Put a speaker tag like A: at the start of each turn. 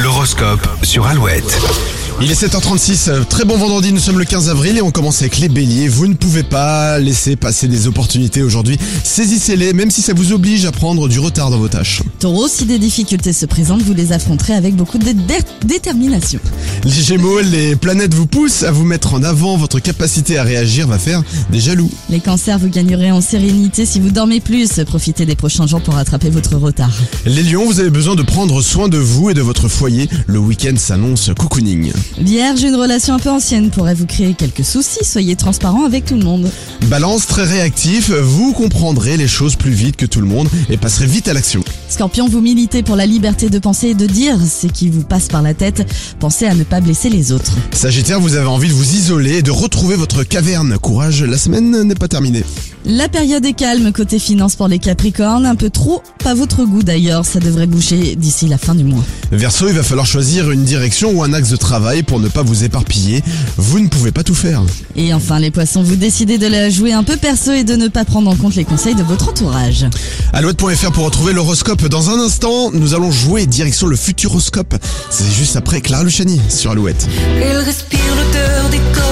A: L'horoscope sur Alouette.
B: Il est 7h36, euh, très bon vendredi, nous sommes le 15 avril et on commence avec les béliers. Vous ne pouvez pas laisser passer des opportunités aujourd'hui. Saisissez-les, même si ça vous oblige à prendre du retard dans vos tâches.
C: Taureau, si des difficultés se présentent, vous les affronterez avec beaucoup de dé- détermination.
B: Les gémeaux, les planètes vous poussent à vous mettre en avant, votre capacité à réagir va faire des jaloux.
C: Les cancers, vous gagnerez en sérénité si vous dormez plus. Profitez des prochains jours pour rattraper votre retard.
B: Les lions, vous avez besoin de prendre soin de vous et de votre foyer. Le week-end s'annonce cocooning.
C: Vierge, une relation un peu ancienne pourrait vous créer quelques soucis. Soyez transparent avec tout le monde.
B: Balance, très réactif, vous comprendrez les choses plus vite que tout le monde et passerez vite à l'action.
C: Scorpion, vous militez pour la liberté de penser et de dire ce qui vous passe par la tête. Pensez à ne pas blesser les autres.
B: Sagittaire, vous avez envie de vous isoler et de retrouver votre caverne. Courage, la semaine n'est pas terminée.
C: La période est calme côté finance pour les Capricornes. Un peu trop, pas votre goût d'ailleurs. Ça devrait boucher d'ici la fin du mois.
B: Verseau, il va falloir choisir une direction ou un axe de travail pour ne pas vous éparpiller. Vous ne pouvez pas tout faire.
C: Et enfin, les poissons, vous décidez de la jouer un peu perso et de ne pas prendre en compte les conseils de votre entourage.
B: Alouette.fr pour retrouver l'horoscope. Dans un instant, nous allons jouer direction le futuroscope. C'est juste après Clara Luciani sur Alouette.
D: Elle respire l'odeur des corps.